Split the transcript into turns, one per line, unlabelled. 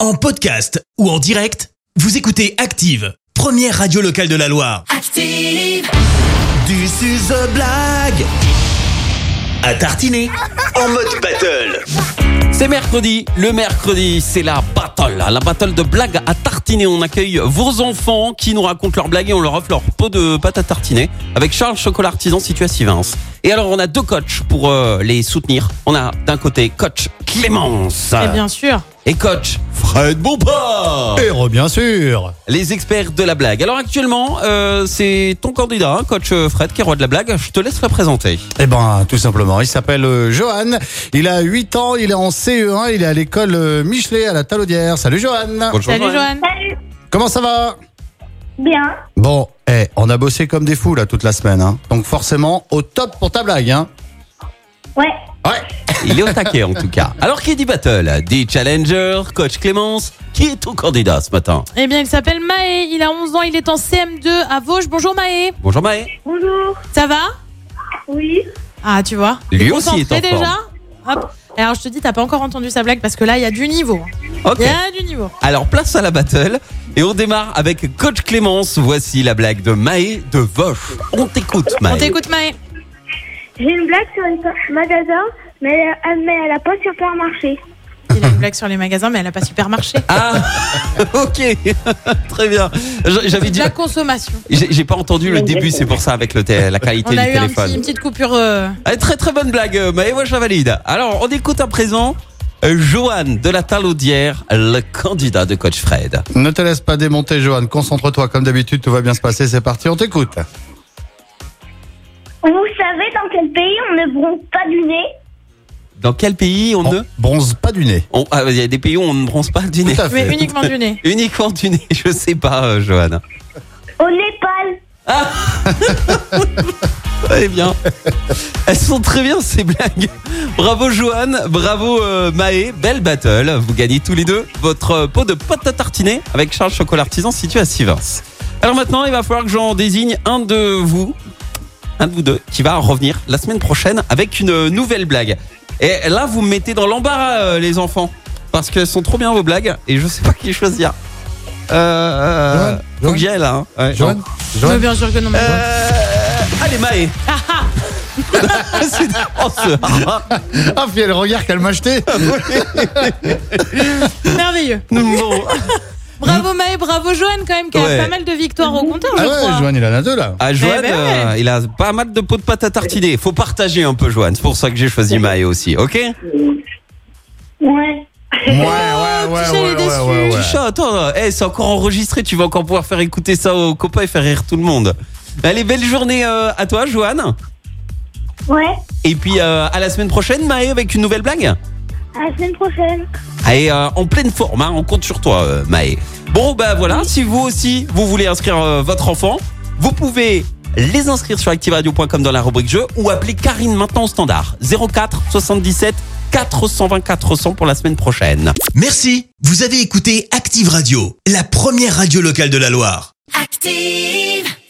En podcast ou en direct, vous écoutez Active, première radio locale de la Loire.
Active.
Du suze blague à tartiner en mode battle.
C'est mercredi, le mercredi, c'est la battle, hein, la battle de blagues à tartiner. On accueille vos enfants qui nous racontent leurs blagues et on leur offre leur pot de pâte à tartiner avec Charles Chocolat Artisan situé à Sivins. Et alors on a deux coachs pour euh, les soutenir. On a d'un côté coach Clémence
Et Eh bien sûr.
et coach Fred Bompard,
Héros, bien sûr.
les experts de la blague. Alors actuellement, euh, c'est ton candidat, hein, coach Fred, qui est roi de la blague. Je te laisse le présenter.
Eh ben, tout simplement. Il s'appelle euh, Johan. Il a 8 ans. Il est en CE1. Il est à l'école euh, Michelet à la Talaudière. Salut, Johan.
Bonjour,
Salut
Johan.
Johan.
Comment ça va
Bien.
Bon, eh, on a bossé comme des fous là toute la semaine. hein. Donc forcément, au top pour ta blague. Hein.
Ouais.
Ouais.
Il est au taquet en tout cas. Alors qui dit battle Dit challenger, coach Clémence. Qui est ton candidat ce matin
Eh bien, il s'appelle Maé, il a 11 ans, il est en CM2 à Vosges. Bonjour Maé.
Bonjour Maë.
Bonjour.
Ça va
Oui.
Ah, tu vois.
Lui
T'es
aussi est
concentré
en forme.
déjà Hop. Alors, je te dis, t'as pas encore entendu sa blague parce que là, il y a du niveau.
Ok.
Il y a du niveau.
Alors place à la battle et on démarre avec coach Clémence. Voici la blague de Maë de Voche. On t'écoute
On
Maë.
t'écoute Maé.
J'ai une blague sur une po- magasin, mais elle, mais elle a pas de supermarché.
Il a une blague sur les magasins, mais elle a pas supermarché.
Ah ok très bien. J- J'avais
De
dit
la consommation.
j'ai j'ai pas entendu le début c'est pour ça avec le té- la qualité
On a
du
eu un
téléphone.
petit- une petite coupure. euh,
Ah, très très bonne blague, euh, Maë, moi je la valide. Alors, on écoute à présent euh, Johan de la Talaudière, le candidat de coach Fred.
Ne te laisse pas démonter, Johan. Concentre-toi comme d'habitude. Tout va bien se passer. C'est parti. On t'écoute.
Vous savez dans quel pays on ne bronze pas du nez
Dans quel pays on ne...
On bronze pas du nez.
on- ah, Il y a des pays où on ne bronze pas du nez.
Tout à
Mais
fait.
uniquement du nez.
Uniquement du nez, je sais pas, euh, Johan.
Au Népal.
Eh bien, elles sont très bien ces blagues. Bravo Johan, bravo euh, Maë, belle battle. Vous gagnez tous les deux votre euh, pot de pâte à tartiner avec Charles Chocolat Artisan situé à Sivins. Alors maintenant, il va falloir que j'en désigne un de vous, un de vous deux, qui va revenir la semaine prochaine avec une nouvelle blague. Et là, vous me mettez dans l'embarras, euh, les enfants, parce qu'elles sont trop bien vos blagues et je sais pas qui choisir. Euh,
Johan,
faut que
Johan.
j'y aille là. hein. Ouais.
Johan.
Mais
Johan.
bien sûr que non. mais-
Euh, allez, Maë. C'est dangereux.
Ah, puis le regard qu'elle m'a acheté.
Merveilleux.
Bon.
Bravo Maé, bravo Johan quand même, qui
Ouais.
a pas mal de victoires au compteur, je
Ah
crois.
ouais, Johan, il en a deux là.
Ah, Joanne,
ben ouais.
euh, il a pas mal de pots de pâte à tartiner. Faut partager un peu, Joanne. C'est pour ça que j'ai choisi Maë aussi, ok
Ouais.
Ouais, ouais,
Oh, Michel est déçu.
Chat, attends, eh, c'est encore enregistré. Tu vas encore pouvoir faire écouter ça aux copains et faire rire tout le monde. Allez, belle journée euh, à toi, Joanne.
Ouais.
Et puis, euh, à la semaine prochaine, Maë, avec une nouvelle blague.
À la semaine prochaine.
Allez, euh, en pleine forme, hein, on compte sur toi, euh, Maë. Bon, bah voilà, si vous aussi, vous voulez inscrire euh, votre enfant, vous pouvez les inscrire sur activeradio.com dans la rubrique jeu ou appeler Karine maintenant au standard 04 77 420 400 pour la semaine prochaine.
Merci, vous avez écouté Active Radio, la première radio locale de la Loire.
Active.